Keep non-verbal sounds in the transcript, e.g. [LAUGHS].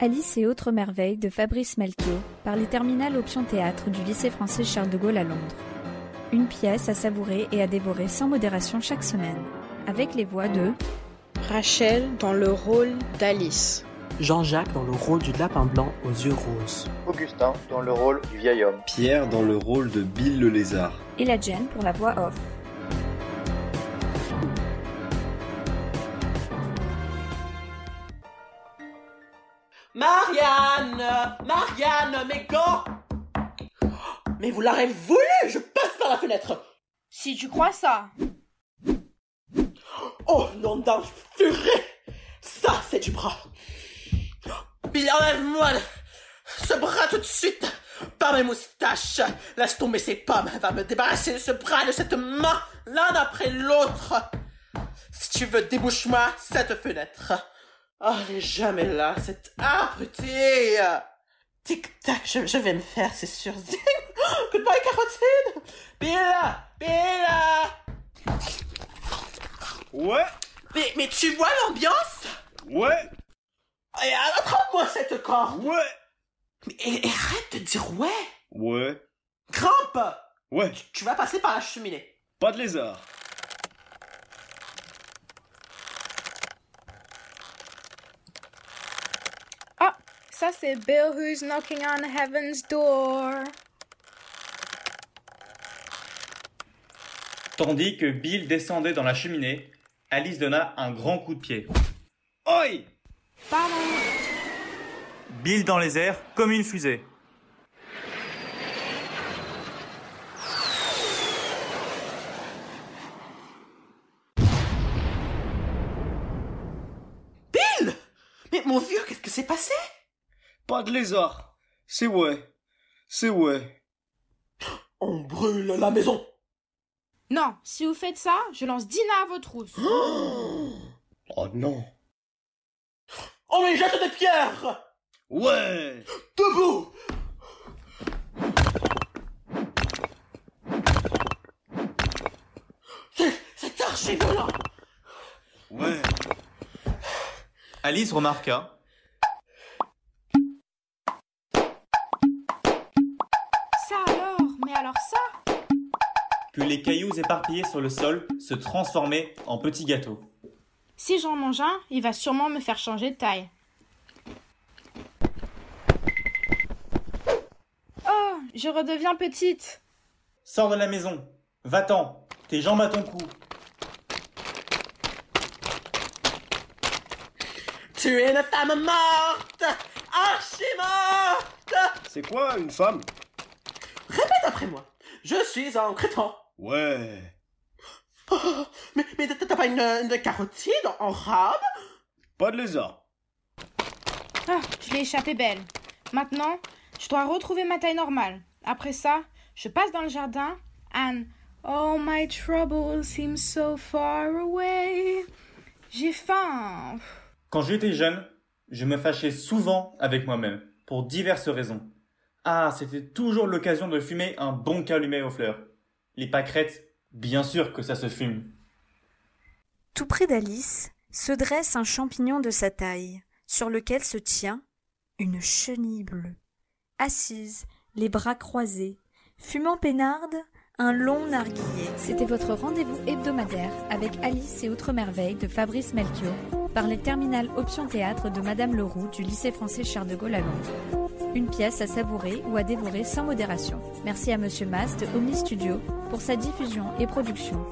Alice et autres merveilles de Fabrice Melchior par les terminales Option Théâtre du lycée français Charles de Gaulle à Londres. Une pièce à savourer et à dévorer sans modération chaque semaine, avec les voix de Rachel dans le rôle d'Alice. Jean-Jacques dans le rôle du lapin blanc aux yeux roses. Augustin dans le rôle du vieil homme. Pierre dans le rôle de Bill le lézard. et la Jen pour la voix off. Marianne Marianne, mais quand Mais vous l'aurez voulu Je passe par la fenêtre Si tu crois ça. Oh, nom d'un furet Ça, c'est du bras Bill, enlève-moi le- ce bras tout de suite Par mes moustaches Laisse tomber ces pommes Va me débarrasser de ce bras, de cette main, l'un après l'autre Si tu veux, débouche-moi cette fenêtre Oh, elle est jamais là, cette abrutie Tic-tac, je, je vais me faire, c'est sûr [LAUGHS] Goodbye, carotide Bill Bill Ouais, Mais, mais tu vois l'ambiance ouais, Et attrape-moi cette corde ouais, Mais et- et arrête de dire ouais ouais, Grimpe ouais, Tu vas passer par la cheminée. pas de lézard. Ah, ça c'est Bill who's knocking on heaven's door. Tandis que Bill descendait dans la cheminée, Alice donna un grand coup de pied. Oi Pardon. Bill dans les airs comme une fusée. Bill Mais mon vieux, qu'est-ce que c'est passé Pas de lézard. C'est ouais. C'est ouais. On brûle la maison Non, si vous faites ça, je lance Dina à vos trousses. Oh non. On lui jette des pierres Ouais Debout C'est- C'est archi violent Ouais Alice hein. remarqua Ça alors, mais alors ça que les cailloux éparpillés sur le sol se transformaient en petits gâteaux. Si j'en mange un, il va sûrement me faire changer de taille. Oh, je redeviens petite. Sors de la maison, va-t'en, tes jambes à ton cou. Tu es une femme morte Archi morte C'est quoi une femme Répète après moi. Je suis un crétin. Ouais Oh, mais mais t'as t'as pas une, une carotide en rab Pas de lézard. Ah, je l'ai échappé belle. Maintenant, je dois retrouver ma taille normale. Après ça, je passe dans le jardin. Anne, oh my trouble seems so far away. J'ai faim. Quand j'étais jeune, je me fâchais souvent avec moi-même, pour diverses raisons. Ah, c'était toujours l'occasion de fumer un bon calumet aux fleurs. Les pâquerettes, bien sûr que ça se fume. Tout près d'Alice se dresse un champignon de sa taille, sur lequel se tient une chenille bleue. Assise, les bras croisés, fumant peinarde, un long narguilé. C'était votre rendez-vous hebdomadaire avec Alice et autres merveilles de Fabrice Melchior par les terminales Option Théâtre de Madame Leroux du lycée français Charles de Gaulle à Londres. Une pièce à savourer ou à dévorer sans modération. Merci à Monsieur Mast, Omni Studio, pour sa diffusion et production.